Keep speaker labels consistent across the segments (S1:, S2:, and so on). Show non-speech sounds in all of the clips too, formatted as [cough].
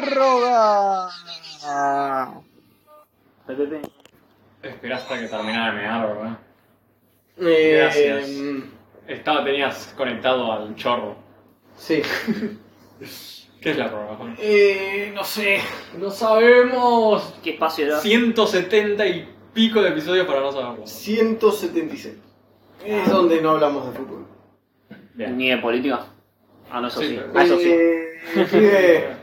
S1: prórroga.
S2: Espera hasta que terminara de mear, ¿verdad?
S1: Eh,
S2: Gracias. Estaba, tenías conectado al chorro.
S1: Sí.
S2: ¿Qué es la prórroga, Juan?
S1: Eh, no sé, no sabemos.
S3: ¿Qué espacio era?
S2: 170 y pico de episodios para no saberlo.
S1: 176. Es donde no hablamos de fútbol.
S2: Bien.
S3: Ni de política. Ah, no, eso
S2: Sí,
S3: sí.
S2: pero-
S3: Ah, eso sí.
S1: Eh, pibe,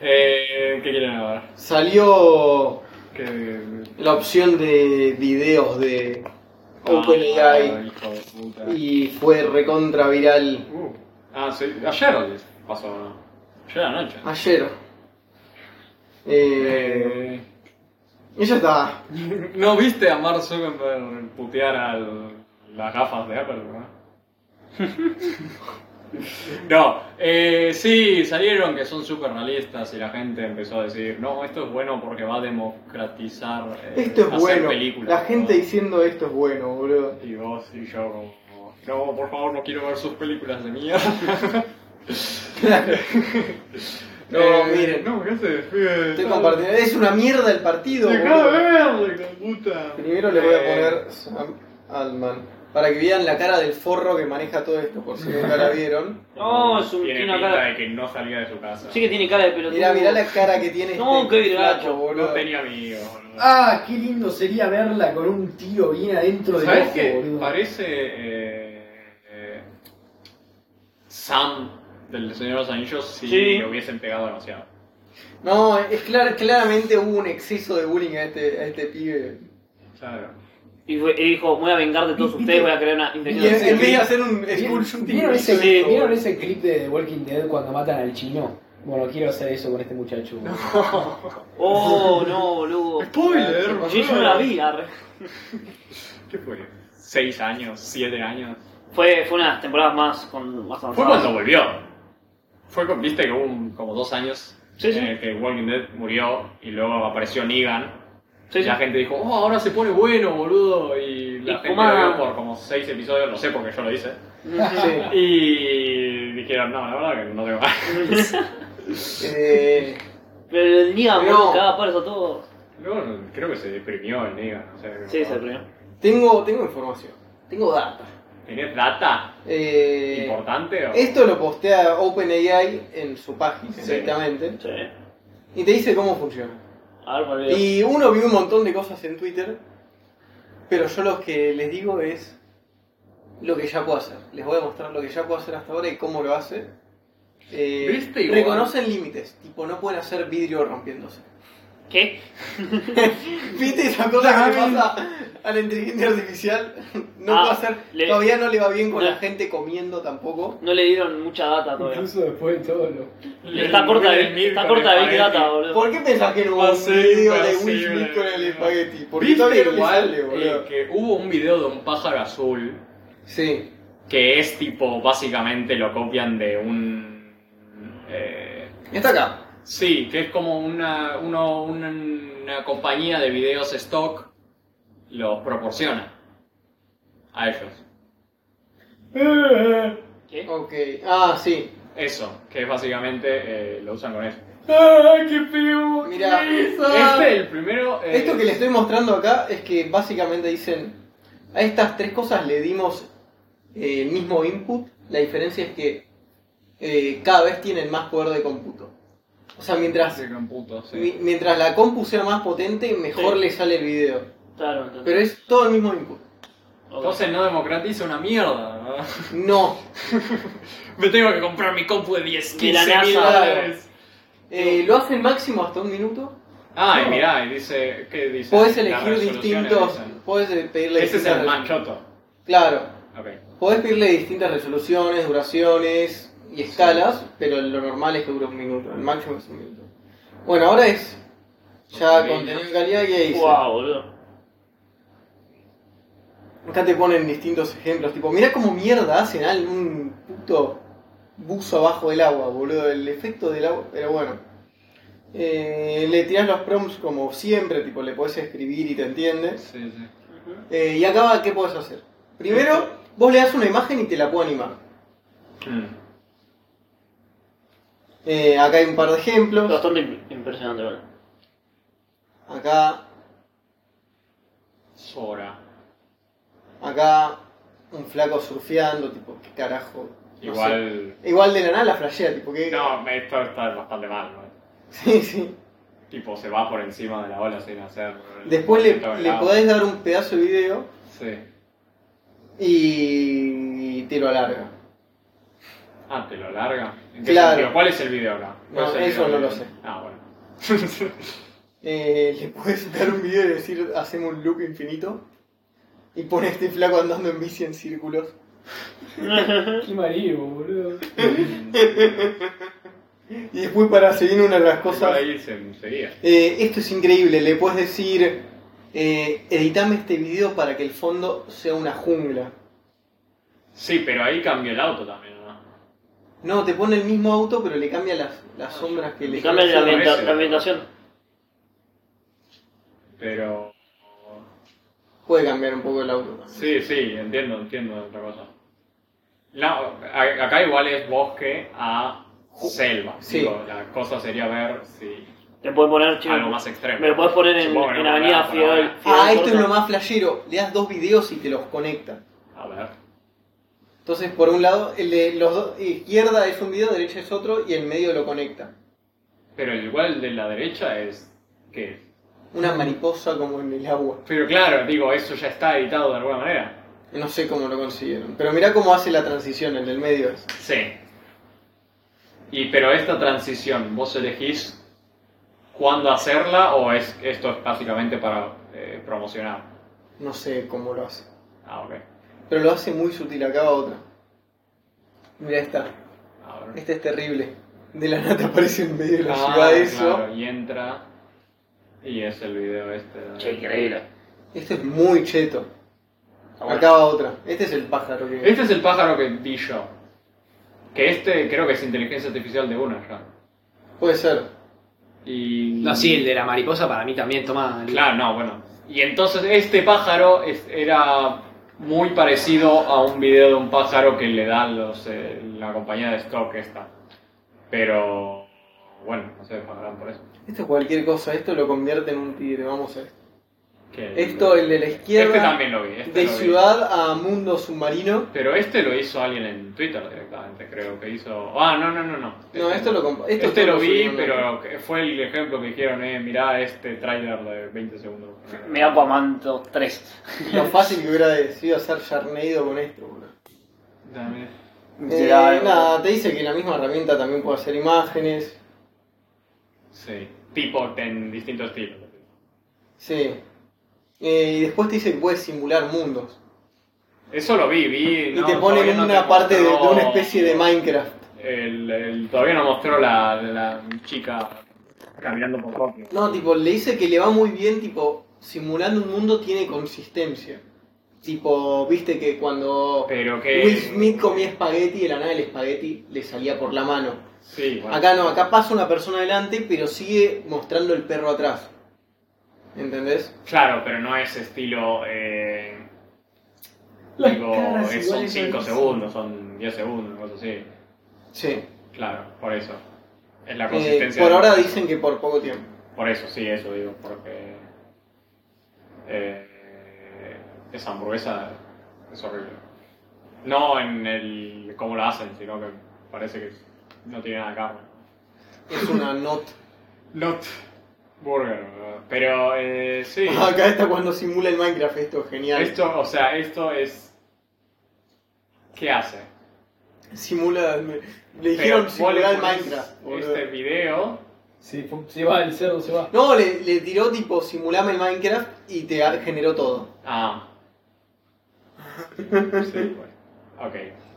S2: Eh, ¿Qué quieren hablar?
S1: salió
S2: ¿Qué...
S1: la opción de videos de
S2: Ah,
S1: OpenAI
S2: hijo de puta.
S1: y fue recontra viral
S2: Uh, ah, sí. Ayer pasó, ¿no? Ayer anoche.
S1: ayer. Eh, y ya está.
S2: ¿No viste a Mark Zuckerberg putear al, las gafas de Apple, verdad? [laughs] No, eh, sí, salieron que son súper realistas y la gente empezó a decir, no, esto es bueno porque va a democratizar eh,
S1: Esto es
S2: hacer
S1: bueno.
S2: películas.
S1: La gente
S2: ¿no?
S1: diciendo esto es bueno, boludo.
S2: [laughs] Y vos y yo como, no, por favor, no quiero ver sus películas de
S1: [laughs]
S2: mierda. no,
S1: Eh,
S2: miren, no, ¿qué haces? pibe?
S1: Estoy
S2: Dejá-
S1: compartiendo. Es una mierda el partido.
S2: dejá
S1: boludo.
S2: de verlo, hijo de puta.
S1: Primero le voy a
S2: Eh,
S1: poner Sam Altman para que vean la cara del forro que maneja todo esto, por si
S2: [laughs]
S1: nunca la vieron.
S3: No, es un-
S2: Tiene
S3: tiene una
S2: pinta
S3: cara-
S2: de que no salía de su casa.
S3: Sí que tiene cara de pelotudo.
S1: Mirá, mirá la cara que tiene
S3: No,
S1: este
S3: qué
S1: flaco,
S3: gacho,
S2: No
S1: boludo.
S2: tenía amigos. boludo.
S4: Ah, qué lindo sería verla con un tío bien adentro del
S2: ¿Sabes
S4: ojo,
S2: qué?
S4: boludo.
S2: Parece eh, eh, Sam del Señor de los Anillos si
S3: Sí.
S2: le hubiesen pegado demasiado.
S1: No, es clar- claramente hubo un exceso de bullying a este, a este pibe.
S2: Claro.
S3: Y, fue- y dijo, me voy a vengar de todos ustedes, voy a crear una
S1: Y en,
S3: inteligencia
S1: en vez de
S3: artificial.
S1: hacer un school
S4: ¿Vieron,
S1: shooting,
S4: ¿vieron
S1: hizo
S4: ese,
S1: esto,
S4: ¿Vieron
S1: boludo.
S4: ese clip de The Walking Dead cuando matan al chino? Bueno, quiero hacer eso con este muchacho. boludo.
S3: Oh, no, boludo.
S2: Spoiler,
S3: Sí, yo no la vi, arre.
S2: ¿Qué fue? ¿Seis años? ¿Siete años?
S3: Fue, fue una de las temporadas más, con, más
S2: Fue
S3: avanzadas.
S2: cuando volvió. Fue con, viste que hubo un- como dos años
S3: Sí, sí.
S2: en el que Walking Dead murió y luego apareció Negan.
S3: Sí,
S2: y
S3: sí.
S2: la gente dijo, oh, ahora se pone bueno, boludo. Y la
S3: Y
S2: gente
S3: fumaba.
S2: lo vio por como seis episodios, no sé porque yo lo hice.
S1: Sí.
S2: Y dijeron, no, la verdad que no tengo ganas.
S1: Eh,
S3: Pero el día,
S1: No.
S3: boludo, cada pares a todos.
S2: [laughs] Luego creo que se deprimió el Negan. O sea,
S3: Sí,
S2: no.
S3: se reunió.
S1: tengo, tengo información, tengo data.
S2: ¿Tenés data
S1: Eh,
S2: importante o...?
S1: esto lo postea OpenAI en su página
S2: Sí.
S1: directamente
S3: Sí.
S1: y te dice cómo funciona.
S3: A ver, por el video.
S1: Y uno vio un montón de cosas en Twitter, pero yo lo que les digo es lo que ya puedo hacer. Les voy a mostrar lo que ya puedo hacer hasta ahora y cómo lo hace. Eh,
S2: ¿Viste igual?
S1: reconocen límites, tipo no pueden hacer
S2: [laughs]
S1: vidrio rompiéndose.
S3: ¿Qué?
S1: ¿Viste esa cosa que le pasa a la inteligencia artificial? [laughs] No
S3: Ah,
S1: puede hacer,
S3: le-
S1: todavía no le va bien con
S3: No.
S1: la gente comiendo tampoco.
S3: No le dieron mucha data todavía.
S4: Incluso después de todo lo...
S3: Está corta de, está corta de Big Data, boludo.
S1: ¿Por qué pensás que no hubo
S2: Va a
S1: un
S2: ser
S1: video de Will
S2: imposible,
S1: Smith con el
S2: boludo.
S1: espagueti? Porque todavía
S2: ¿Viste
S1: no le
S2: igual
S1: sale,
S2: eh,
S1: boludo.
S2: que hubo un video de un pájaro azul
S1: Sí.
S2: que es tipo, básicamente lo copian de un... eh,
S1: Está acá.
S2: sí, que es como una, uno- una, una compañía de videos stock, los proporciona a ellos.
S3: ¿Qué?
S1: Ok. Ah, sí.
S2: Eso, que es básicamente eh, lo usan con eso.
S4: qué feo!
S1: Mira,
S2: Este, el primero... eh,
S1: Ah. esto que le estoy mostrando acá es que básicamente dicen, a estas tres cosas le dimos eh, el mismo input, la diferencia es que eh, cada vez tienen más poder de cómputo. O sea, mientras,
S2: Sí, con puto, sí.
S1: mi- mientras la compu sea más potente, mejor
S3: Sí.
S1: le sale el video.
S3: Claro, entonces.
S1: Pero es todo el mismo input.
S2: Entonces no democratiza una mierda. ¿no?
S1: No.
S2: Me tengo que comprar mi compu de 10,
S3: De la
S2: 15 mil
S3: NASA.
S2: dólares.
S1: Eh, lo hacen máximo hasta un minuto.
S2: Ah, y mirá, y dice, ¿qué dice?
S1: Podés
S2: Las
S1: elegir
S2: resoluciones
S1: distintos.
S2: dicen.
S1: Podés eh, pedirle
S2: Ese es
S1: distintas
S2: el más
S1: resoluciones.
S2: choto.
S1: Claro.
S2: Ok.
S1: Podés pedirle distintas resoluciones, duraciones y escalas, pero lo normal es que dura un minuto, el máximo es un minuto. Bueno, ahora es ya
S2: Ok.
S1: contenido de calidad y ahí dice-
S3: Wow, boludo.
S1: acá te ponen distintos ejemplos, tipo, mirá cómo mierda hacen al- un puto buzo abajo del agua, boludo, el efecto del agua, pero bueno. Eh, le tirás los prompts como siempre, tipo, le podés escribir y te entiendes.
S2: Sí, sí.
S1: Eh, y acá, va, ¿qué podés hacer? Primero,
S2: Hmm.
S1: vos le das una imagen y te la puedo animar.
S2: Mm.
S1: Eh, acá hay un par de
S3: Es
S1: ejemplos.
S3: bastante imp- impresionante, boludo.
S1: Acá,
S2: Sora.
S1: acá, un flaco surfeando, tipo, qué carajo. No
S2: Igual.
S1: sé. Igual de la nada la flashea, tipo, qué.
S2: No, me- esto está bastante mal, ¿no?
S1: [laughs] Sí, sí.
S2: Tipo, se va por encima de la ola sin hacer. el
S1: Después le,
S2: movimiento del
S1: le
S2: agua.
S1: podés dar un pedazo de video
S2: Sí.
S1: y te lo alarga.
S2: Ah, te lo larga. ¿En qué
S1: Claro.
S2: sentido? ¿Cuál es el video acá? ¿Cuál
S1: No,
S2: es el
S1: eso
S2: video?
S1: no lo sé.
S2: Ah, bueno.
S1: Eh, le puedes [laughs] dar un video y decir hacemos un loop infinito y pone a este flaco andando en bici en círculos.
S4: Qué marido, boludo.
S1: Y después para seguir una de las
S2: Cosas
S1: cosas.
S2: ahí se, seguía.
S1: eh, esto es increíble, le puedes decir eh, editame este video para que el fondo sea una jungla.
S2: Sí, pero ahí cambió el auto también, ¿no?
S1: No, te pone el mismo auto pero le cambia las, las
S2: Ah,
S1: sombras que le
S3: Y cambia la,
S2: Sí,
S3: ambienta-
S2: parece.
S3: la ambientación.
S2: Pero.
S1: Puede cambiar un poco el auto.
S2: Sí, sí, entiendo, entiendo otra cosa. No, a- acá igual es bosque a selva.
S1: Sí.
S2: Digo, la cosa sería ver si.
S3: Te puedes poner, chico.
S2: Algo más extremo.
S3: Me lo puedes poner en,
S2: Supongo que
S3: en
S2: no,
S3: Avenida
S2: claro,
S3: Fidel.
S2: para
S1: Ah, esto
S3: Corta.
S1: es lo más flashero. Le das dos videos y te los conecta.
S2: A ver.
S1: Entonces, por un lado, el de los dos, izquierda es un video, derecha es otro y el medio lo conecta.
S2: Pero igual de la derecha es. ¿Qué es?
S1: Una
S2: Mm.
S1: mariposa como en el agua.
S2: Pero claro, digo, eso ya está editado de alguna manera.
S1: No sé cómo lo consiguieron. Pero mirá cómo hace la transición en el medio.
S2: Sí. Y pero esta transición, ¿vos elegís cuándo hacerla o es esto es básicamente para eh, promocionar?
S1: No sé cómo lo hace.
S2: Ah, ok.
S1: Pero lo hace muy sutil. Acá va otra. Mirá esta.
S2: A ver.
S1: Esta es terrible. De la nata aparece en medio de la
S2: Ah,
S1: ciudad eso.
S2: claro, y entra y es el video este. de-
S3: Che, increíble.
S1: Esto Este es muy cheto.
S3: Ah, bueno.
S1: Acá va otra. Este es el pájaro que...
S2: Este es el pájaro que di yo. Que este creo que es inteligencia artificial de una ya.
S1: Puede ser.
S2: Y...
S4: No, sí, el de la mariposa para mí también toma.
S2: Claro, no, bueno. Y entonces este pájaro es- era muy parecido a un video de un pájaro que le dan los, eh, la compañía de stock esta. Pero bueno, no se pagarán por eso.
S1: Esto es cualquier cosa. Esto lo convierte en un tigre. Vamos a ver.
S2: Que-
S1: Esto, el de la izquierda.
S2: Este también lo vi. Este
S1: de
S2: lo vi.
S1: ciudad a mundo submarino.
S2: Pero este lo hizo alguien en Twitter directamente, creo que hizo. Ah, no, no, no, no.
S1: No, esto lo comp- esto
S2: Este,
S1: todo
S2: lo
S1: lo
S2: vi,
S1: subieron
S2: pero que- fue el ejemplo que dijeron, eh, mirá este trailer de 20 segundos.
S3: Me da Pamanto 3.
S1: Lo fácil que hubiera sido hacer Sharnado con esto, boludo.
S2: Dame.
S1: Eh, nada, te dice que la misma herramienta también puede hacer imágenes.
S2: Sí. Tipo en distintos estilos.
S1: Sí. Eh, y después te dice que puedes simular mundos.
S2: Eso lo vi, vi.
S1: y te ponen una parte de, de una especie de
S2: Minecraft.
S1: Minecraft.
S2: todavía no mostró la, la chica caminando por Tokio.
S1: No, tipo, le dice que le va muy bien, tipo, simulando un mundo tiene consistencia. Tipo, viste que cuando
S2: Pero que.
S1: Will Smith comía espagueti, de la nada el espagueti le salía por la mano.
S2: Sí, bueno.
S1: Acá no, acá pasa una persona adelante, pero sigue mostrando el perro atrás. ¿Entendés?
S2: Claro, pero no es estilo. Eh,
S4: Las
S2: digo,
S4: caras
S2: es- son
S4: iguales
S2: 5
S4: al-
S2: segundos, son 10 segundos, cosas así.
S1: Sí.
S2: Claro, por eso. Es la
S1: Eh,
S2: consistencia.
S1: por
S2: de-
S1: ahora dicen que por poco tiempo.
S2: Por eso, sí, eso digo, porque. Eh, esa hamburguesa es horrible. No en el. cómo la hacen, sino que parece que no tiene nada de carne.
S1: Es
S2: [laughs]
S1: una not.
S2: Not burger, ¿verdad? pero eh, sí.
S1: [laughs] Acá está cuando simula el Minecraft, esto es genial.
S2: Esto, o sea, esto es. ¿Qué hace?
S1: Simula. me- Le
S2: Pero
S1: dijeron
S2: vos le
S1: simular el
S2: ponés
S1: Minecraft. boludo.
S2: Este video.
S4: Sí, fu- se va, el cerdo se va.
S1: No, le, le tiró tipo simulame el Minecraft y te a- generó todo. [laughs]
S2: Ah. Sí, bueno. Ok.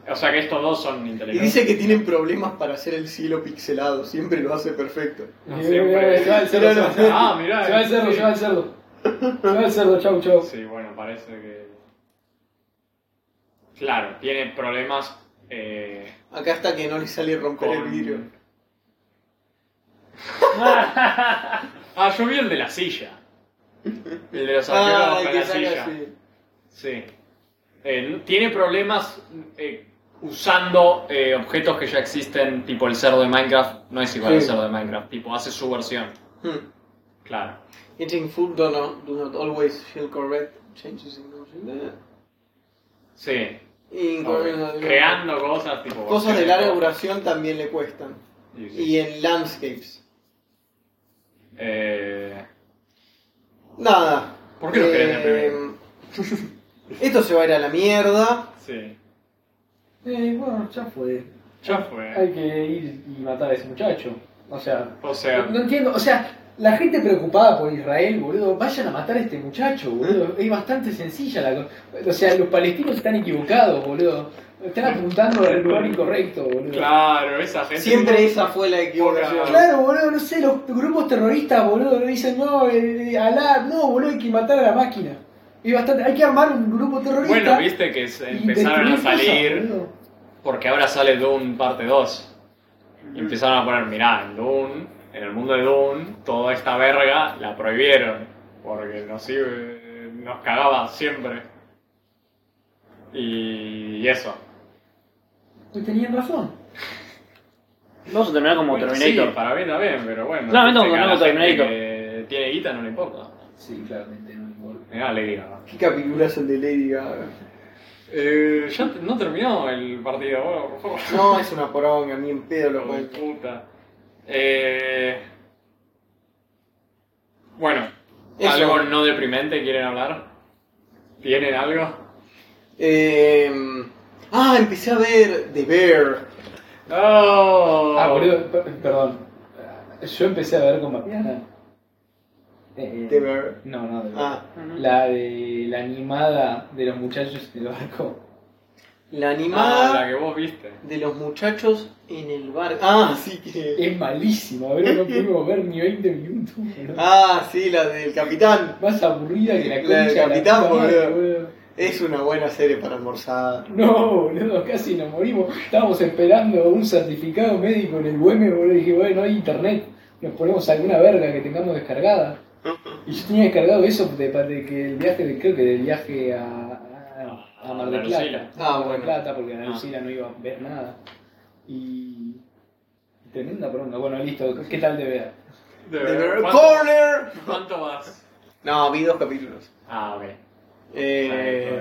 S2: O sea que estos dos son
S1: Y
S2: inteligentes.
S1: dice que tienen problemas para hacer el cielo pixelado, siempre lo hace perfecto.
S2: No, siempre-
S4: Eh, Se va el [laughs] cerdo, se va el cerdo.
S2: Ah, mirá,
S4: Se va el cerdo,
S2: sí.
S4: se va el cerdo. Se va el cerdo, chau, chau.
S2: Sí, bueno, parece que. Claro, tiene problemas. Eh,
S1: Acá está que no le sale romper el vidrio.
S2: [laughs] Ah, yo vi el de la silla. El de los
S1: Ah,
S2: arqueros
S1: el
S2: con
S1: que
S2: la
S1: saca
S2: silla.
S1: así.
S2: Sí. Eh, tiene problemas eh, usando eh, objetos que ya existen, tipo el cerdo de Minecraft, no es igual al
S1: Sí.
S2: cerdo de Minecraft, tipo hace su versión.
S1: Hmm.
S2: Claro.
S1: Eating food do not, do not always feel correct. Changes in
S2: Sí.
S1: Incorrecto.
S2: Creando cosas tipo.
S1: Cosas de larga duración también le cuestan.
S2: Y sí.
S1: Y en landscapes.
S2: Eh,
S1: Nada. Em,
S2: ¿Por qué lo querés de
S1: [laughs] Esto se va a ir a la mierda.
S2: sí.
S4: Eh, bueno, ya fue.
S2: Ya fue.
S4: Hay que ir y matar a ese muchacho. O sea,
S2: O sea,
S4: no entiendo. O sea, la gente preocupada por Israel, boludo, vayan a matar a este muchacho, boludo. Es bastante sencilla la cosa. O sea, los palestinos están equivocados, boludo. Están apuntando al lugar incorrecto, boludo.
S2: claro, esa gente.
S1: Siempre esa fue la equivocación.
S4: Claro, boludo, no sé, los grupos terroristas, boludo, le dicen, no, eh, eh, Alá, no, boludo, hay que matar a la máquina. Y bastante, hay que armar un grupo terrorista.
S2: Bueno, viste que se
S4: y
S2: empezaron a
S4: destruir cosas,
S2: salir.
S4: boludo.
S2: Porque ahora sale Dune parte 2. Y empezaron a poner, mirá, en Dune, en el mundo de Dune, toda esta verga la prohibieron. Porque nos, iba- nos cagaba siempre. Y eso.
S4: Y tenían razón.
S3: Vamos a terminar como
S2: Bueno,
S3: Terminator.
S2: sí, para mí también, pero bueno.
S3: No, a mí
S2: viste
S3: tampoco,
S2: que a
S3: no,
S2: la gente
S3: Terminator.
S2: que tiene guita no le importa.
S4: Sí, claramente, no importa.
S2: Mirá, le diga.
S1: ¿Qué capitulas el de Lady Gaga?
S2: Eh, ya te- no terminó el partido, bueno, por favor.
S1: No, es una poronga, ni en pedo lo
S2: Hijo de
S1: cuento.
S2: puta. Eh, Bueno,
S1: Eso.
S2: ¿algo no deprimente quieren hablar? ¿Tienen algo?
S1: Eh, ah, empecé a ver The Bear.
S2: ¡Oh!
S4: Ah, boludo, per- perdón. Yo empecé a ver con Mapiana. Eh,
S1: The Bear.
S4: No, no, de
S1: Ah,
S4: La de la animada de los muchachos del barco.
S1: la
S2: Ah, la
S1: animada
S2: que vos viste.
S1: de los muchachos en el bar. Ah, sí que.
S4: Es malísima, boludo,
S1: [laughs]
S4: no pudimos ver ni 20 minutos. boludo.
S1: Ah, sí, la del capitán.
S4: Más aburrida que la
S1: La
S4: concha
S1: del
S4: de la
S1: capitán,
S4: puta madre,
S1: boludo. Es una buena serie para almorzar.
S4: No, boludo, casi nos morimos. Estábamos esperando un certificado médico en el UEM, boludo. Y dije, bueno, no hay internet. Nos ponemos alguna verga que tengamos descargada. Y yo tenía descargado eso de, de que el viaje, de, creo que del viaje a, a- a Mar del
S2: A
S4: Plata.
S2: Lucila.
S1: Ah,
S4: a Mar del
S1: bueno.
S4: Plata, porque a
S2: Ah.
S4: Lucila no iba a ver nada. Y. Tremenda pregunta. Bueno, listo. ¿Qué tal te vea?
S2: De
S1: The Bear
S2: ¿Cuánto,
S1: Corner.
S2: cuánto vas?
S1: No, vi dos capítulos.
S2: Ah, ok.
S1: Eh,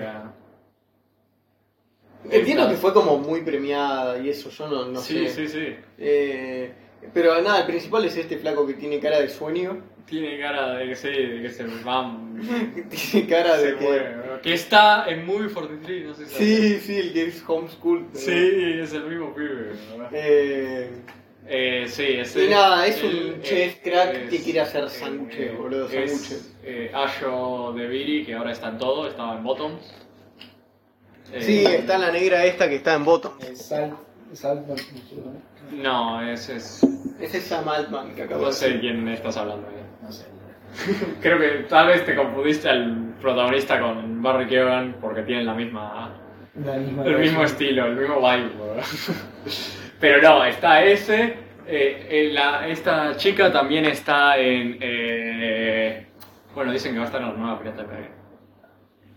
S2: todavía.
S1: entiendo que fue como muy premiada y eso, yo no, no
S2: sí,
S1: sé.
S2: sí, sí.
S1: Eh, pero nada, el principal es este flaco que tiene cara de sueño.
S2: Tiene cara de que sí, de que se
S1: [laughs]
S2: van.
S1: Que tiene cara
S2: se
S1: de que.
S2: muere. Que está en Movie 43, no sé si
S1: Sí, sí, el que es homeschool. pero-
S2: Sí, es el mismo pibe, ¿verdad?
S1: Eh,
S2: Eh, sí, es
S1: Y
S2: el-
S1: nada, es
S2: el-
S1: un
S2: eh,
S1: chef crack que
S2: es-
S1: quiere hacer
S2: eh,
S1: sándwiches,
S2: eh,
S1: boludo,
S2: es,
S1: sándwiches.
S2: Eh, Ayo de Viri, que ahora está en todo, estaba en Bottoms. Eh,
S1: sí, está la negra esta que está en bottom.
S4: Eh, Sal. Sal. no, no, no.
S2: No, ese es.
S1: Es esa Maltman que acabo
S2: No
S1: de
S2: sé
S1: decir.
S2: quién estás hablando. eh.
S4: No sé.
S2: [laughs] Creo que tal vez te confundiste al protagonista con Barry Keoghan porque tienen la misma.
S4: La misma
S2: El mismo
S4: cosa.
S2: estilo, el mismo vibe, boludo. [laughs] Pero no, está ese. eh, eh, la- esta chica también está en. eh, bueno, dicen que va a estar en la nueva pirata pero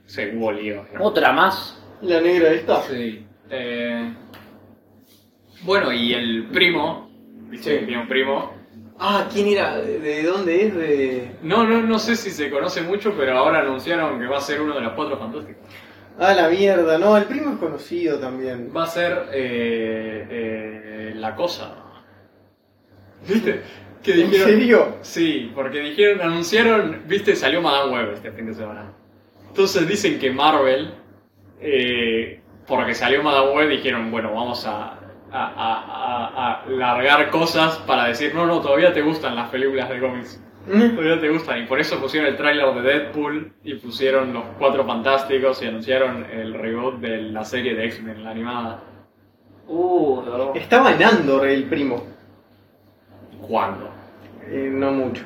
S2: Se hubo lío. ¿no?
S3: Otra más.
S1: La negra esta.
S2: Sí. Eh, bueno, y el primo. ¿Viste
S1: Sí.
S2: que tiene un primo?
S1: Ah, ¿quién era? ¿De- ¿De dónde es? De...
S2: No, no, no sé si se conoce mucho, pero ahora anunciaron que va a ser uno de los cuatro fantásticos.
S1: Ah, la mierda. No, el primo es conocido también.
S2: Va a ser eh, eh, la cosa. ¿Viste? Que
S1: ¿En
S2: dijeron-
S1: serio?
S2: Sí, porque dijeron, anunciaron, viste, salió Madame Web este fin de semana. Entonces dicen que Marvel, eh, porque salió Madame Web, dijeron, bueno, vamos a, a- a- a- a largar cosas para decir, no, no, todavía te gustan las películas de cómics.
S1: Mm.
S2: Todavía te gustan. Y por eso pusieron el tráiler de Deadpool y pusieron los cuatro fantásticos y anunciaron el reboot de la serie de X-Men, la animada.
S3: Uh, de verdad.
S1: Estaba en Andor el primo.
S2: ¿Cuándo?
S1: Eh, no mucho.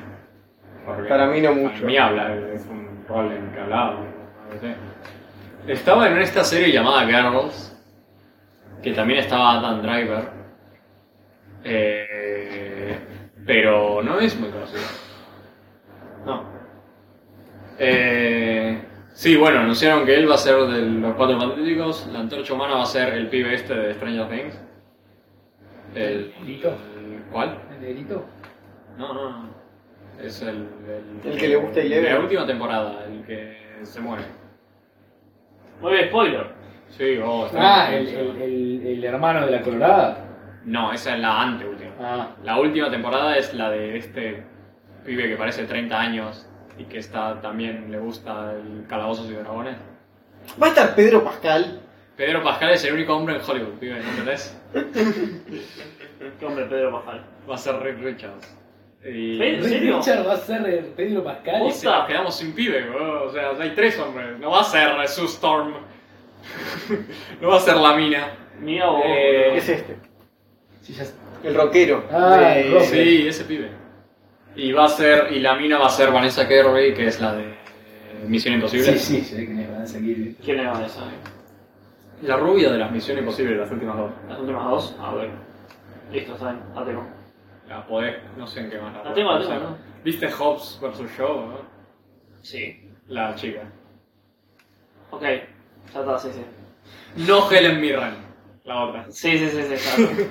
S2: Porque
S1: Para mí no
S2: Para
S1: mucho.
S2: mí habla, es un rol en que hablaba, no sé. Estaba en esta serie llamada Girls, que también estaba Adam Driver, eh, pero no es muy conocido. No. Eh, Sí, bueno, anunciaron que él va a ser de los cuatro fantásticos, la antorcha humana va a ser el pibe este de Stranger Things. El.
S4: Lito.
S2: el- ¿Cuál?
S4: ¿El negrito?
S2: No, no, no. Es el.
S1: El que le gusta y le ve.
S2: La última temporada, el que se muere.
S3: Muy spoiler.
S2: Sí, oh, Stranger
S4: Ah, el,
S2: Things.
S4: el, el, el hermano de la colorada.
S2: No, esa es la anteúltima.
S4: Ah,
S2: La última temporada es la de este pibe que parece 30 años y que está también le gusta el calabozos y dragones.
S1: Va a estar Pedro Pascal.
S2: Pedro Pascal es el único hombre en Hollywood, pibe, ¿no entendés?
S3: Qué hombre, Pedro Pascal.
S2: Va a ser Rick Richards. Y,
S3: ¿Ves? ¿En serio?
S4: Richard va a ser el Pedro Pascal.
S2: y se nos quedamos sin pibe, bro. O sea, hay tres hombres. No va a ser Sue Storm. [laughs] no va a ser la mina.
S3: Mira vos.
S2: Eh,
S3: boludo.
S1: Es este.
S4: Sí, ya sé.
S1: El rockero.
S4: Ah, el rock.
S2: Sí, ese pibe. Y va a ser. Y la mina va a ser Vanessa Kirby, que es la de eh, Misión Imposible.
S4: sí, sí, se ve que me van a seguir. eh.
S3: ¿Quién era esa?
S2: La rubia de las Misiones Imposibles, las últimas dos.
S3: Las últimas dos. A ver. Listo, está bien. La tengo.
S2: La podés, no sé en qué más la
S3: La
S2: podés
S3: tengo, la
S2: usar.
S3: tengo.
S2: ¿Viste Hobbs vs. Show, no?
S3: Sí.
S2: La chica.
S3: Ok. Ya está, sí, sí.
S2: No Helen Mirren, la otra.
S3: Sí, sí, sí, sí. ya [laughs] está.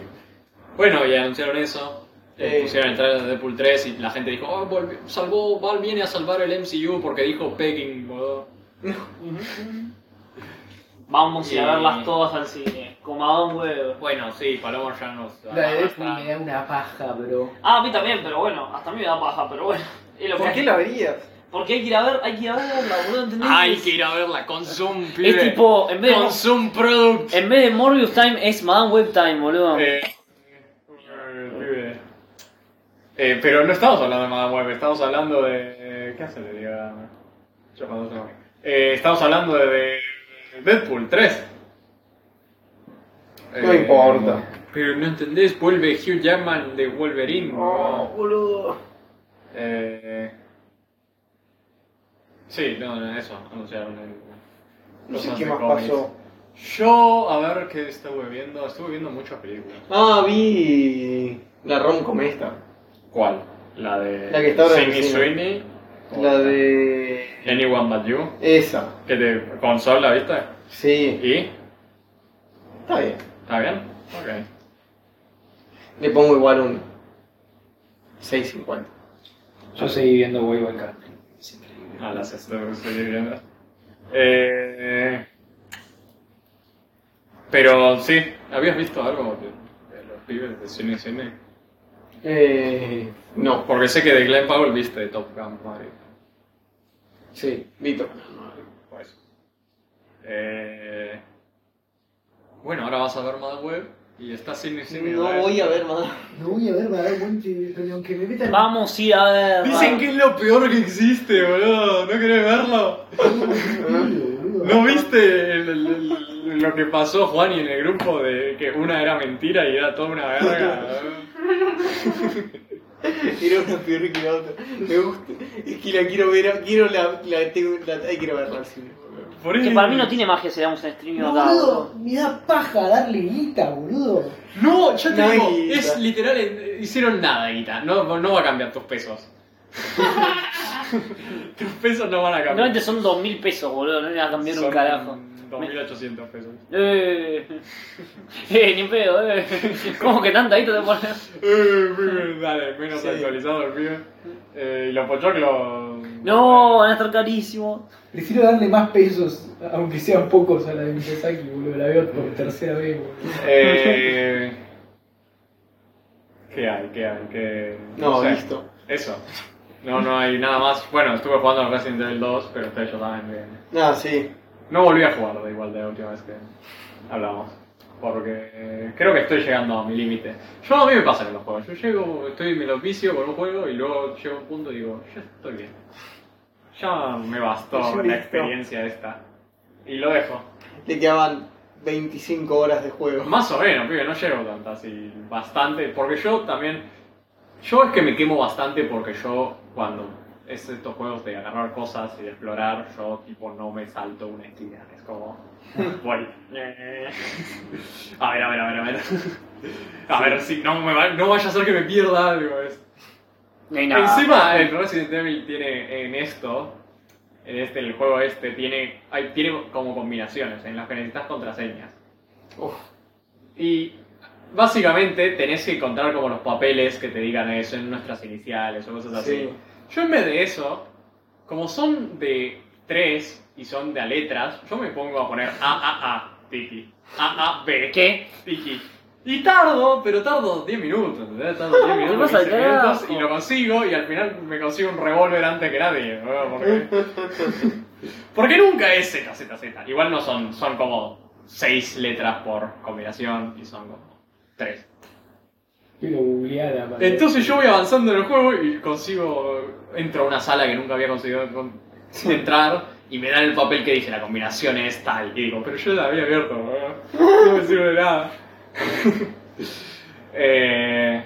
S2: Bueno, y anunciaron eso. eh,
S1: Eh.
S2: pusieron el trailer de Deadpool 3 y la gente dijo, oh, volvió- salvó, Val viene a salvar el MCU porque dijo Peking, boludo.
S3: Vamos
S2: Y-
S3: a ir a verlas todas al cine. Como un huevo.
S2: Bueno, sí, Paloma ya nos...
S4: La de Deadpool
S2: arrastra.
S4: me da una paja, bro.
S3: Ah, a mí también, pero bueno. Hasta a mí me da paja, pero bueno. Es lo
S1: ¿Por
S3: que
S1: qué
S3: hay.
S1: lo harías?
S3: Porque hay que ir a ver, hay que ir a verla, boludo, ¿entendés?
S2: Hay que ir a verla con Zoom, pibe.
S3: Es tipo, en vez de...
S2: Con Zoom Product.
S3: En vez de Morbius Time es Madame Web Time, boludo.
S2: Eh, eh, pibe. Eh, pero no estamos hablando de Madame Web, estamos hablando de. eh, ¿Qué hace el día? Yo cuando tengo- Eh, estamos hablando de, de Deadpool 3.
S1: No
S2: Eh,
S1: importa.
S2: Pero no entendés, vuelve Hugh Jackman de Wolverine.
S1: Oh,
S2: boludo.
S1: boludo.
S2: Eh, sí, no, no, eso, anunciaron. el-
S1: No sé
S2: cosas
S1: qué
S2: de
S1: más
S2: cómics.
S1: pasó.
S2: Yo, a ver qué estuve viendo, estuve viendo muchas películas.
S1: Ah, vi la romcom esta.
S2: ¿Cuál? La de
S1: La que está ahora en
S2: Sidney
S1: el cine.
S2: Sweeney.
S1: La de...
S2: Anyone But You.
S1: Esa.
S2: Que te consola, ¿viste?
S1: Sí.
S2: ¿Y?
S1: Está bien.
S2: ¿Está bien? Ok.
S1: Le pongo igual un 6.50.
S4: Yo seguí viendo Wave Country.
S2: A Ah, las estoy, estoy viendo. Eh, pero sí, ¿habías visto algo de, de los pibes de Sidney Sweeney?
S1: Eh, no.
S2: Porque sé que de Glenn Powell viste Top Gun Maverick.
S1: Sí, Vito.
S2: Pues. Eh, bueno, ahora vas a ver Madame Web y está Sidney Sweeney.
S1: No
S2: otra vez.
S1: voy a ver más.
S4: No voy a ver, va a dar buen pero aunque me metan.
S3: Vamos a ir a ver.
S2: Dicen que es lo peor que existe, boludo. ¿No querés verlo? ¿No viste el- el- el- lo que pasó Juan y en el grupo de que una era mentira y era toda una verga?
S1: [laughs] Era una peor que la otra. Me gusta. Es que la quiero ver. Quiero la. la, tengo, la ay, quiero verla al cine.
S2: Por
S3: Que
S2: eso-
S3: para mí no tiene magia si damos un streaming
S4: No,
S3: acá,
S4: boludo,
S3: boludo.
S4: me da paja darle guita, boludo.
S2: No, yo te
S1: No
S2: digo,
S1: hay guita.
S2: es literal, eh, hicieron nada, Guita. No, no va a cambiar tus pesos. tus pesos no van a cambiar.
S3: Realmente son dos mil pesos, boludo. No le va a cambiar un
S2: Son
S3: carajo.
S2: 2.800 pesos.
S3: Eh, [laughs] eh, ni pedo, eh. [laughs] ¿Cómo que tanta guita te pones?
S1: [laughs]
S2: Eh, pibe, Dale, menos
S1: Sí.
S2: actualizado el pibe. Eh, y los pochoclos.
S3: No,
S1: [laughs]
S3: van a estar carísimos.
S4: Prefiero darle más pesos, aunque sean pocos, a la de Miyazaki, boludo. La veo por tercera vez, boludo.
S2: Eh, ¿Qué hay? ¿Qué hay? ¿Qué...
S1: No,
S2: sé.
S1: listo.
S2: Eso. No, no hay nada más. Bueno, estuve jugando al Resident Evil 2, pero ustedes ya saben bien.
S1: Ah, sí.
S2: No volví a jugarlo de igual de la última vez que hablamos. Porque eh, creo que estoy llegando a mi límite. Yo a mí me pasa con los juegos. Yo llego, estoy me lo vicio con un juego y luego llego a un punto y digo, ya estoy bien. Ya me
S1: Ya
S2: bastó
S1: listo.
S2: la experiencia esta. Y lo dejo.
S1: Le quedaban 25 horas de juego.
S2: Más o menos, pibe, no llego tanto así, bastante, porque yo también, yo es que me quemo bastante porque yo cuando es estos juegos de agarrar cosas y de explorar, yo tipo no me salto una esquina, es como, [laughs] voy, Eh. a ver, a ver, a ver, a ver, a ver, si no, me va- no vaya a ser que me pierda algo, es-
S3: No hay nada.
S2: Encima, el Resident Evil tiene en esto en este, el juego este, tiene, hay, tiene como combinaciones en las que necesitas contraseñas.
S1: Uf.
S2: Y básicamente tenés que encontrar como los papeles que te digan eso en nuestras iniciales o cosas así.
S1: Sí.
S2: Yo en vez de eso, como son de tres y son de a letras, yo me pongo a poner AAA, Tiki. AAB,
S3: ¿Qué?
S2: Tiki. Y tardo, pero tardo 10 minutos, ¿entendés? Tardo 10 minutos,
S3: Vas al
S2: 15 minutos
S3: carajo.
S2: y lo consigo y al final me consigo un revólver antes que nadie. ¿no? Porque, porque nunca es ZZZ. Igual no son, son como 6 letras por combinación y son como 3.
S4: Quiero googlear a madre.
S2: Entonces yo voy avanzando en el juego y consigo. Entro a una sala que nunca había conseguido con- entrar y me dan el papel que dice la combinación es tal. Y digo, pero yo la había abierto, ¿no? no me sirve de nada. Eh,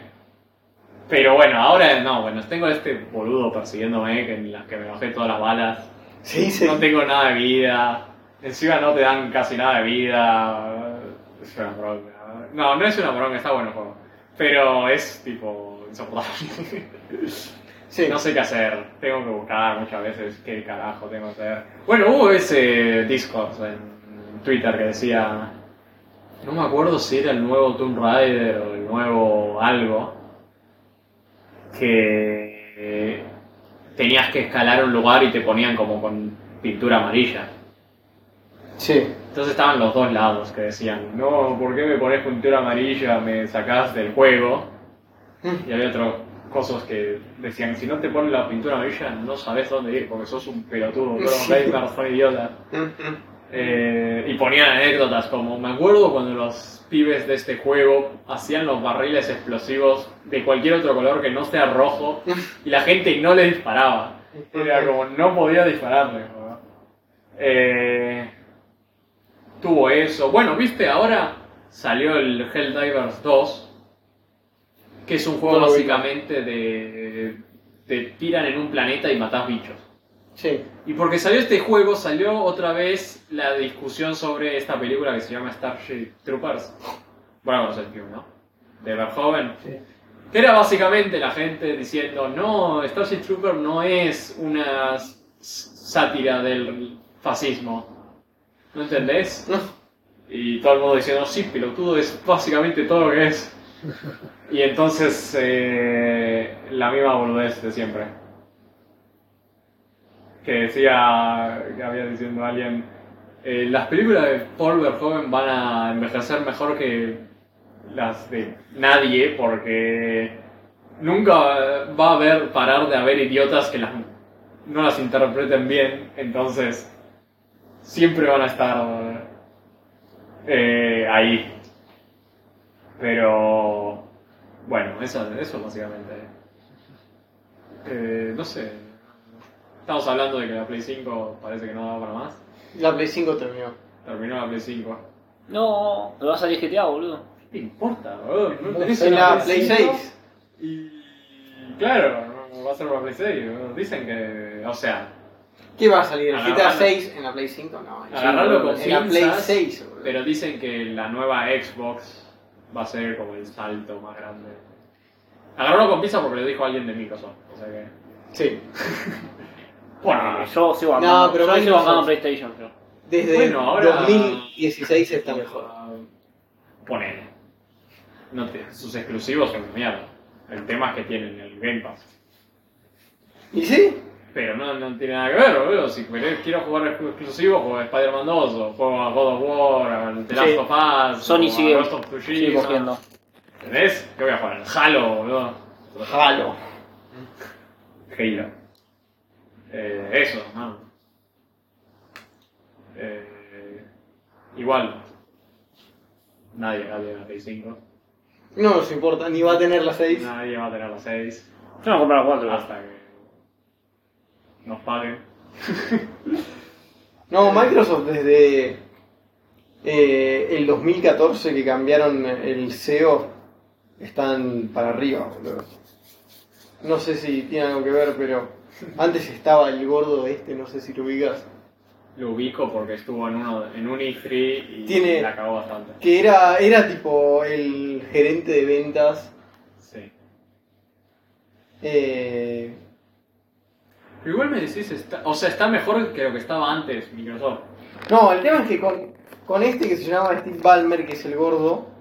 S2: pero bueno, ahora no, bueno, tengo a este boludo persiguiéndome que en las que me bajé todas las balas.
S1: Sí, sí.
S2: No tengo nada de vida. Encima no te dan casi nada de vida. Es una bronca. No, no es una bronca, está bueno el juego. Pero es tipo insoportable. [laughs]
S1: Sí.
S2: No sé qué hacer. Tengo que buscar muchas veces qué carajo tengo que hacer. Bueno, hubo ese Discord en Twitter que decía. No me acuerdo si era el nuevo Tomb Raider o el nuevo algo. Que eh, tenías que escalar un lugar y te ponían como con pintura amarilla.
S1: Sí.
S2: Entonces estaban los dos lados que decían, no, ¿por qué me pones pintura amarilla? Me sacás del juego. [laughs]
S1: Mm,
S2: Y había otros cosas que decían, si no te ponen la pintura amarilla no sabes dónde ir porque sos un pelotudo, pero
S1: Sí.
S2: gamer, son idiota.
S1: mm,
S2: Eh, y ponían anécdotas como, me acuerdo cuando los pibes de este juego hacían los barriles explosivos de cualquier otro color que no sea rojo y la gente no le disparaba. Era como, no podía dispararle. ¿no? Eh, tuvo eso. Bueno, viste, ahora salió el Helldivers 2, que es un juego
S1: No lo vi.
S2: básicamente de... Te tiran en un planeta y matás bichos.
S1: Sí.
S2: Y porque salió este juego, salió otra vez la discusión sobre esta película que se llama Starship Troopers. Bueno, no sé el film, ¿no? De Verhoeven.
S4: Sí.
S2: Que era básicamente la gente diciendo, no, Starship Trooper no es una s- sátira del fascismo. ¿No entendés?
S1: No.
S2: Y todo el mundo diciendo, sí, pelotudo es básicamente todo lo que es. Y entonces, eh, la misma boludez de siempre. Que decía, que había diciendo alguien, eh, las películas de Paul Verhoeven van a envejecer mejor que las de nadie porque nunca va a haber parar de haber idiotas que las, no las interpreten bien, entonces siempre van a estar eh, ahí. Pero bueno, eso, eso básicamente. Eh, no sé. Estamos hablando de que la Play 5 parece que no da para más.
S1: La Play 5 terminó.
S2: Terminó la Play 5.
S3: No, lo vas a salir GTA, boludo.
S2: ¿Qué te importa, boludo? No
S4: No
S2: tenés
S4: sé,
S1: En
S2: una
S1: la
S4: la
S1: Play
S4: Play
S1: 6.
S2: Y claro, no va a ser una Play 6. ¿no? Dicen que, o sea,
S1: ¿Qué va a salir? ¿El GTA
S2: Agarralo.
S1: 6 en la Play 5? No, en
S2: agarrarlo con
S1: la Play
S2: pinzas,
S1: 6. boludo.
S2: pero dicen que la nueva Xbox va a ser como el salto más grande. Agarrarlo con pizza porque lo dijo alguien de Microsoft. O sea que.
S1: Sí. Ah,
S2: Bueno,
S3: Yo sigo
S1: No,
S3: bancando.
S1: pero
S3: yo sigo
S1: Microsoft-
S3: bancando PlayStation, yo.
S1: Desde
S2: Bueno, ahora-
S1: 2016 está mejor.
S2: Poner. Ah, No te- sus exclusivos son una mierda. El tema es que tienen el Game Pass.
S1: ¿Y sí?
S2: Pero no, no tiene nada que ver, boludo. Si querés- quiero jugar exclu- exclusivo, juego a Spider-Man 2, o juego a God of War, al The Last
S3: Sí.
S2: of Us, o
S3: Sony
S2: a
S3: sigue,
S2: Ghost of Tsushima.
S3: sigue cogiendo.
S2: ¿Entendés? ¿Qué voy a jugar? Al Halo, boludo.
S1: Halo.
S2: Halo. Eh, eso, no. Eh, igual. Nadie va a tener la Play 5.
S1: No nos importa, ni va a tener la 6.
S2: Nadie va a tener la 6.
S3: Yo no compré la 4.
S2: Hasta que nos paguen.
S1: No, Microsoft desde eh, el 2014 que cambiaron el CEO están para arriba, boludo. No sé si tiene algo que ver, pero antes estaba el gordo este, no sé si lo ubicas,
S2: Lo ubico porque estuvo en uno en un E3 y
S1: Tiene-
S2: la cagó bastante.
S1: que era, era tipo el gerente de ventas.
S2: Sí.
S1: eh,
S2: Pero igual me decís, está, o sea, está mejor que lo que estaba antes Microsoft.
S1: No, el tema es que con, con este que se llamaba Steve Ballmer, que es el gordo,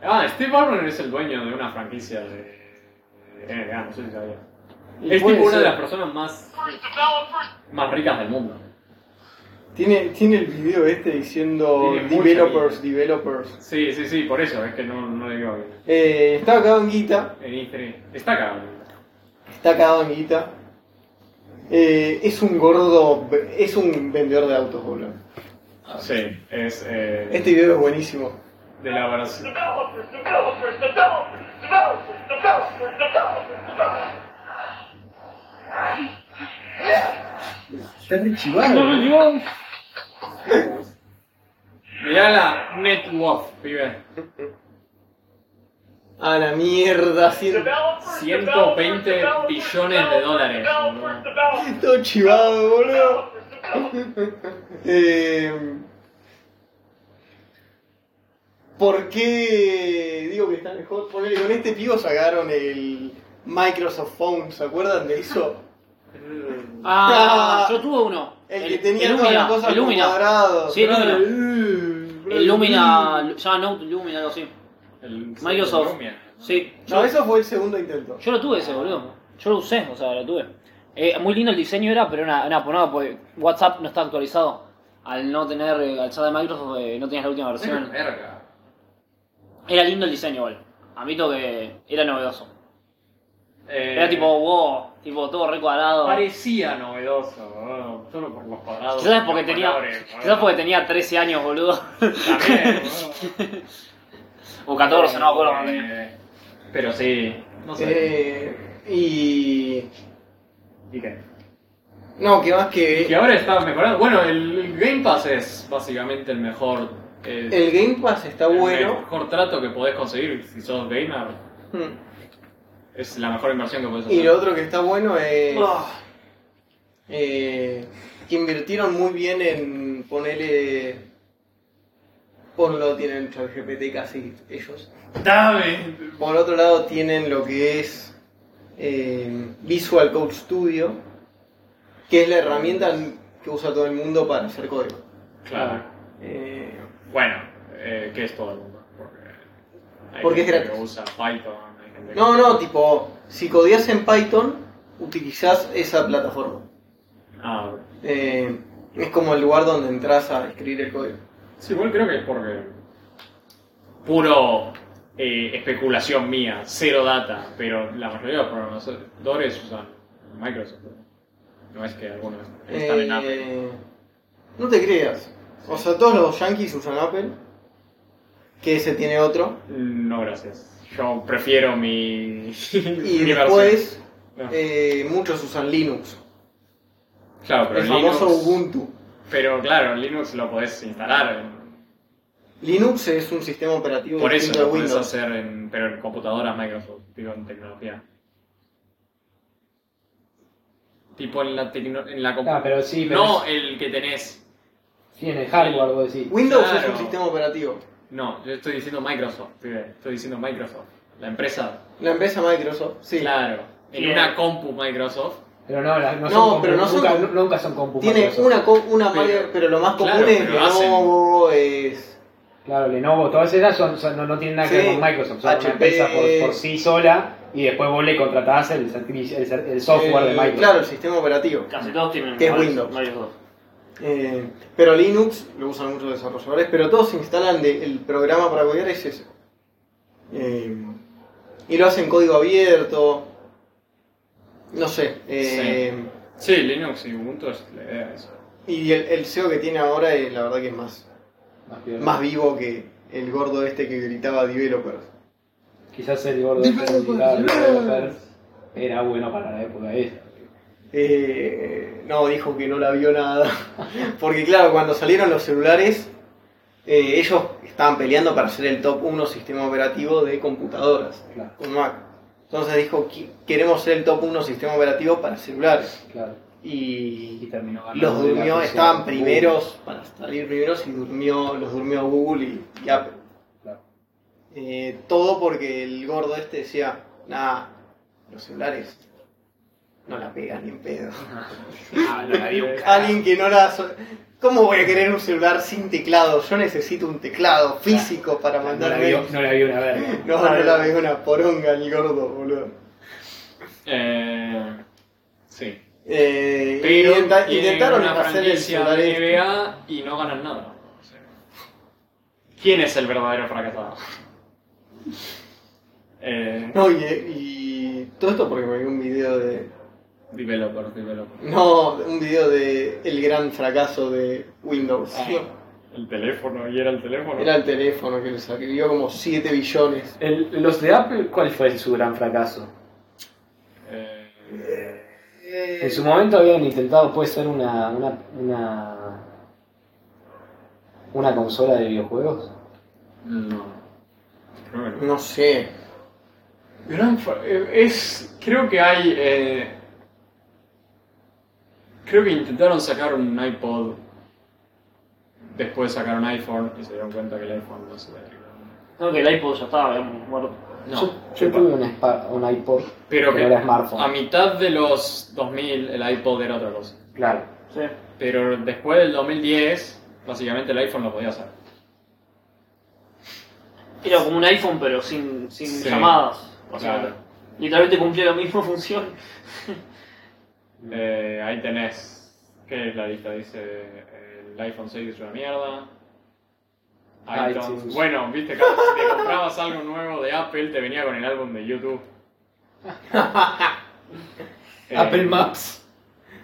S2: Ah, Steve Ballmer es el dueño de una franquicia de, de NBA, no sé si sabía.
S1: Y
S2: Es
S1: puede
S2: tipo una de
S1: ser.
S2: las personas más, más ricas del mundo.
S1: tiene, tiene el video este diciendo
S2: Tiene mucha
S1: developers, developers.
S2: Sí, sí, sí, por eso, es que no, no digo que-
S1: Eh, está cagado en guita,
S2: en E3. Está cagado.
S1: está cagado en guita. Eh, es un gordo, es un vendedor de autos, boludo.
S2: Sí, es eh,
S1: Este video es buenísimo.
S2: de la versión.
S4: Está rechivado.
S2: Mirá la Net Worth, pibe.
S1: A la mierda, siento
S2: 120 billones de dólares.
S1: todo chivado, Ah, boludo. Eh, ¿Por qué digo que está mejor? Porque con este pivo sacaron el Microsoft Phone, ¿se acuerdan de eso?
S3: Ah, yo tuve uno.
S1: El, que tenía todas
S3: Lumina,
S1: las cosas
S3: el Lumina.
S1: como cuadrado.
S3: Sí, el
S1: Claro.
S3: El Lumina, ya no, Lumina, algo así.
S2: El-
S3: Microsoft.
S2: Lumia.
S3: Sí,
S1: No, eso fue el segundo intento.
S3: yo lo tuve ese, boludo. Yo lo usé, o sea, lo tuve. Eh, muy lindo el diseño era, pero era una ponada, porque WhatsApp no está actualizado. Al no tener, eh, al ser de Microsoft, eh, no tenías la última [laughs]
S2: Es una
S3: versión.
S2: verga.
S3: Era lindo el diseño, igual. Admito que era novedoso.
S2: Eh,
S3: Era tipo, wow, tipo todo re cuadrado.
S2: Parecía novedoso, boludo, solo por los cuadrados.
S3: Quizás porque
S2: los
S3: tenía,
S2: colores,
S3: quizás
S2: boludo.
S3: porque tenía 13 años, boludo. [laughs]
S2: También, boludo.
S3: o 14, no me acuerdo. cuando tenía.
S2: Eh, Pero sí, no sé.
S1: Eh, y.
S2: ¿Y qué?
S1: No, que más
S2: Y
S1: que.
S2: ahora está mejorando. Bueno, el Game Pass es básicamente el mejor. eh,
S1: El Game Pass está
S2: el
S1: bueno. Hmm.
S2: mejor trato que podés conseguir si sos gamer. Es la mejor inversión que podés hacer.
S1: Y lo otro que está bueno es.
S2: Ah,
S1: eh, que invirtieron muy bien en ponerle. Ponlo tienen ChatGPT casi ellos.
S2: dame.
S1: Por otro lado tienen lo que es eh, Visual Code Studio, que es la herramienta que usa todo el mundo para hacer código.
S2: Claro.
S1: Eh,
S2: Bueno, eh, que es todo el mundo. Porque, hay
S1: Porque es
S2: gente
S1: gratis.
S2: Que usa Python. hay gente que-
S1: no, no, tipo, si codias en Python, utilizás esa plataforma.
S2: Ah,
S1: Eh, es como el lugar donde entras a escribir el código.
S2: Sí, igual creo que es porque. Puro eh, especulación mía, cero data, pero la mayoría de los programadores usan Microsoft. ¿no? No es que algunos están en Apple.
S1: Eh, No te creas. O sea, todos los yankees usan Apple. Que ese tiene otro.
S2: No, gracias. Yo prefiero mi. [laughs]
S1: Y
S2: mi versión.
S1: después
S2: No.
S1: eh, muchos usan Linux.
S2: claro, pero
S1: eh, el
S2: Linux.
S1: famoso Ubuntu.
S2: Pero claro, Linux lo podés instalar. en-
S1: Linux es un sistema operativo
S2: por eso
S1: distinto
S2: lo
S1: de
S2: podés
S1: Windows.
S2: hacer en, pero en computadoras Microsoft, digo en tecnología. Tipo en la, tecno- en la
S4: Ah,
S2: computadora.
S4: pero sí, pero
S2: No
S4: es-
S2: el que tenés.
S4: sí, en el hardware vos decís.
S1: Windows es
S2: Claro.
S1: un sistema operativo.
S2: No, yo estoy diciendo Microsoft, pibe. Estoy diciendo Microsoft. La empresa.
S1: La empresa Microsoft, sí.
S2: Claro. En
S3: Bien.
S2: una compu Microsoft.
S4: Pero no, la- no,
S1: No,
S4: son
S1: pero
S4: compu-
S1: no son
S4: nunca,
S1: compu-
S4: nunca son compu.
S1: Tiene
S4: Microsoft.
S1: una, co- una
S2: Pero-
S1: Microsoft, pero lo más común
S2: claro,
S1: es
S2: pero
S1: Lenovo, es... eh,
S4: Claro, Lenovo, todas esas son, son- no, no tienen nada que
S1: Sí,
S4: ver con Microsoft, son
S1: HP.
S4: una empresa por, por sí sola y después vos le contratás el, servicio- el, ser- el software de
S1: eh,
S4: Microsoft.
S1: Claro, el sistema operativo.
S3: Casi todos tienen
S1: Que es
S3: varios-
S1: Windows.
S3: varios dos.
S1: Eh, pero Linux lo usan muchos desarrolladores, pero todos instalan de- el programa para codiar es ese. Eh, y lo hacen código abierto. No sé. eh,
S2: Sí, Linux y Ubuntu es la idea de eso.
S1: Y el, el SEO que tiene ahora, eh, la verdad que es más,
S4: Más que-
S1: más vivo que el gordo este que gritaba developers.
S4: Quizás el gordo de developers era bueno para la época esa.
S1: Eh, no, dijo que no la vio nada. [laughs] Porque claro, cuando salieron los celulares, eh, ellos estaban peleando para ser el top 1 sistema operativo de computadoras.
S4: Claro,
S1: con Mac. Entonces dijo, "Qui- queremos ser el top 1 sistema operativo para celulares.
S4: claro. Y
S1: Y
S4: terminó ganando
S1: los
S4: de la
S1: durmió,
S4: consola.
S1: estaban primeros, para salir primeros, y durmió, los durmió Google y, y Apple.
S4: Claro.
S1: Eh, todo porque el gordo este decía, nada, los celulares No la pega ni en
S4: [laughs]
S1: pedo.
S2: Ah, no la dio.
S1: [laughs] Alguien que no la... so- ¿Cómo voy a querer un celular sin teclado? Yo necesito un teclado físico para
S4: No
S1: mandar
S4: la vio,
S1: mails.
S4: no la vio una verga.
S1: No, no la veo una poronga ni gordo, boludo.
S2: Eh, sí.
S1: Eh,
S2: Pero
S1: intenta-
S2: tienen
S1: intentaron
S2: una
S1: hacer el
S2: franquicia
S1: celular
S2: de
S1: este.
S2: NBA y no ganan nada. O sea, ¿Quién es el verdadero fracasado? Eh,
S1: No, y, y todo esto porque me vi un video de...
S2: developer, developer.
S1: No, un video de el gran fracaso de Windows.
S2: El teléfono, y era el teléfono.
S1: Era el teléfono que le saqué, dio como 7 billones.
S5: El- los de Apple, ¿cuál fue su gran fracaso?
S2: Eh,
S5: En su momento habían intentado, puede ser una, una, una, una consola de videojuegos.
S2: no. Creo que no.
S1: No sé.
S2: Gran fa- eh, es. Creo que hay. eh, creo que intentaron sacar un iPod. Después sacaron un iPhone y se dieron cuenta que el iPhone no se le
S3: No, que el iPod ya estaba, habíamos muerto.
S5: yo yo tuve un, spa- un iPod,
S2: Pero que
S5: era smartphone.
S2: a mitad de los 2000 el iPod era otra cosa.
S5: Claro.
S3: Sí.
S2: Pero después del 2010, básicamente el iPhone lo podía hacer.
S3: Era como un iPhone, pero sin, sin
S2: Sí.
S3: llamadas. O
S2: Claro.
S3: sea, literalmente cumplía la misma [laughs] función.
S2: Eh, ahí tenés. ¿Qué es la lista? Dice. El iPhone 6 es una mierda. iTunes.
S5: iTunes.
S2: Bueno, viste, que si [laughs] te comprabas algo nuevo de Apple, te venía con el álbum de YouTube. Eh,
S4: Apple Maps.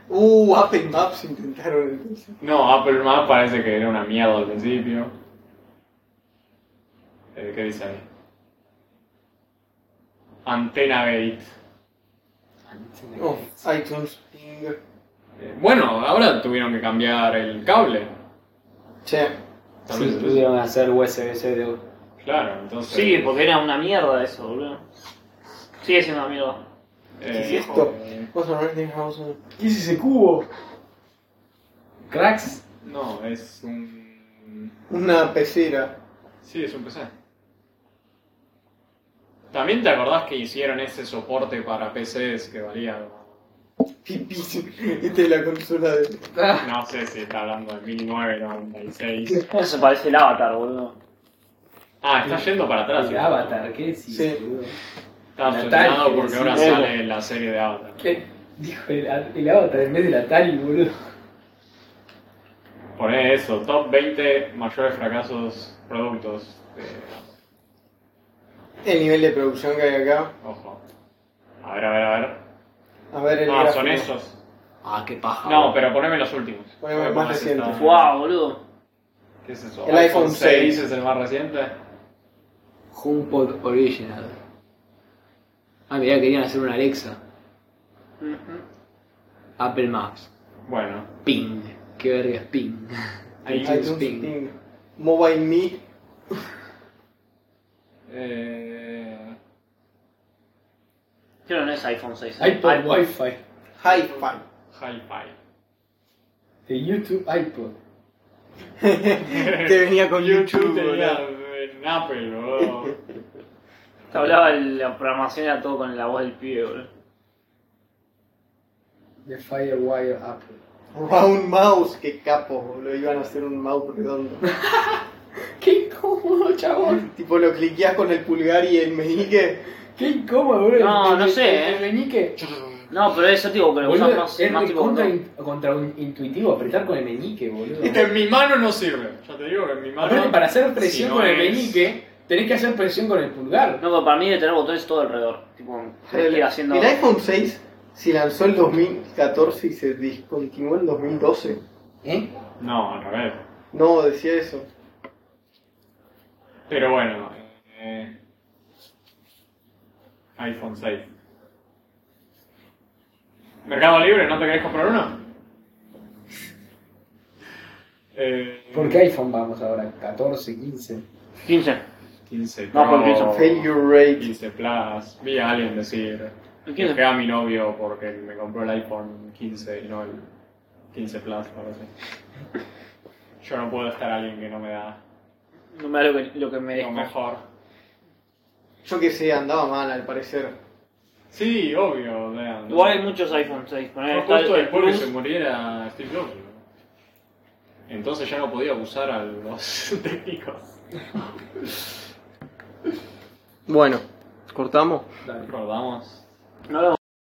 S1: Uh, Apple Maps intentaron el principio.
S2: No, ah, Apple Maps parece que era una mierda al principio. Eh, ¿Qué dice ahí? Antena Gate.
S1: Oh, iTunes Ping.
S2: Eh, bueno, ahora tuvieron que cambiar el cable.
S1: Che.
S2: También
S5: Sí,
S2: se-
S5: pudieron hacer USB-C de...
S2: Claro, entonces.
S3: Sí, porque era una mierda eso, boludo. Sigue siendo una mierda.
S2: eh,
S1: ¿Qué es esto? Vos no ves, dejamos un-
S4: ¿Qué es ese cubo? Cracks.
S2: No, es un.
S1: Una pecera.
S2: Sí, es un PC. También te acordás que hicieron ese soporte para PCs que valía.
S1: Pipí. [laughs] Esta es la consola de.
S4: Ah,
S2: No sé si está hablando de 1996.
S3: Eso se parece el avatar, boludo.
S2: Ah, está yendo para atrás.
S4: el avatar, ¿qué es?
S1: Sí.
S2: Está
S4: El
S2: obsesionado
S4: Atari,
S2: porque
S4: sí,
S2: ahora
S4: bueno.
S2: sale la serie de Avatar.
S4: ¿Qué? Dijo el, el avatar en vez del Atari, boludo.
S2: Poné eso, top 20 mayores fracasos productos. Eh,
S1: El nivel de producción que hay acá.
S2: ojo. A ver, a ver, a ver.
S1: A ver el.
S2: Ah,
S1: gráfico.
S2: son esos.
S5: Ah, qué paja.
S2: No, pero poneme los últimos.
S1: Poneme los más
S2: Porque ese
S1: recientes.
S2: está-
S3: Wow, boludo.
S2: ¿Qué es eso?
S1: El iPhone 6.
S2: es el más reciente.
S5: HomePod Original. Ah, mirá, querían hacer una Alexa. Apple Maps.
S2: Bueno,
S5: Ping. Qué verga es Ping. iTunes
S1: iTunes Ping.
S5: Ping.
S1: Mobile Me.
S2: eh,
S3: Creo que no es iPhone 6. ¿eh?
S4: iPod
S3: iPhone.
S4: Wi-Fi.
S1: [laughs] Hi-Fi.
S2: Hi-Fi.
S4: El YouTube iPod.
S1: Te venía con YouTube.
S2: tenía
S1: boludo.
S2: en Apple, boludo.
S3: Te hablaba de la programación, era todo con la voz del pibe, boludo.
S4: The Firewire Apple.
S1: Round Mouse. Qué capo, boludo. Iban a hacer un mouse [laughs] redondo.
S4: Qué incómodo, chabón.
S1: tipo lo cliqueas con el pulgar y el meñique.
S4: Qué incómodo, boludo.
S3: No,
S4: El-
S3: no
S4: el-
S3: sé,
S4: El,
S3: eh.
S4: el meñique.
S3: No, pero eso, tipo, que lo
S4: Boludo,
S3: usas más,
S4: es
S3: más
S4: re
S3: tipo.
S4: contra,
S3: boludo.
S4: intuitivo apretar con el meñique, boludo.
S2: Este en mi mano no sirve. Ya te digo que en mi mano.
S4: Aparte, Ah, para hacer
S2: si
S4: presión
S2: no
S4: con el
S2: es-
S4: meñique, tenés que hacer presión con el pulgar.
S3: No, pero para mí de tener botones todo alrededor. Tipo, tenés que
S1: El,
S3: ir haciendo.
S1: el iPhone 6 se lanzó en 2014 y se discontinuó en 2012.
S4: ¿Eh?
S2: No, al revés.
S1: No, decía eso.
S2: Pero bueno. eh, iPhone 6. Mercado Libre, ¿no te querés comprar uno? Eh,
S4: ¿Por qué iPhone vamos ahora? 14, 15.
S3: 15.
S2: 15
S3: No, porque
S2: Pro,
S3: hizo
S1: Failure rate.
S2: 15 Plus. Vi a alguien decir.
S3: El
S2: Que
S3: 15.
S2: a mi novio porque me compró el iPhone 15 y no el 15 Plus, parece. Yo no puedo estar alguien que no me da
S3: No me da lo que, lo que
S2: lo
S3: merezco.
S2: mejor.
S1: Yo que sé, andaba mal al parecer.
S2: Sí, obvio. o sea, no-
S3: Igual hay muchos iPhone 6. poner
S2: Fue
S3: está
S2: justo
S3: el
S2: después que
S3: Plus.
S2: se muriera Steve Jobs. ¿no? Entonces ya no podía abusar a los [laughs] técnicos.
S1: Bueno, cortamos.
S2: Recordamos.
S3: No lo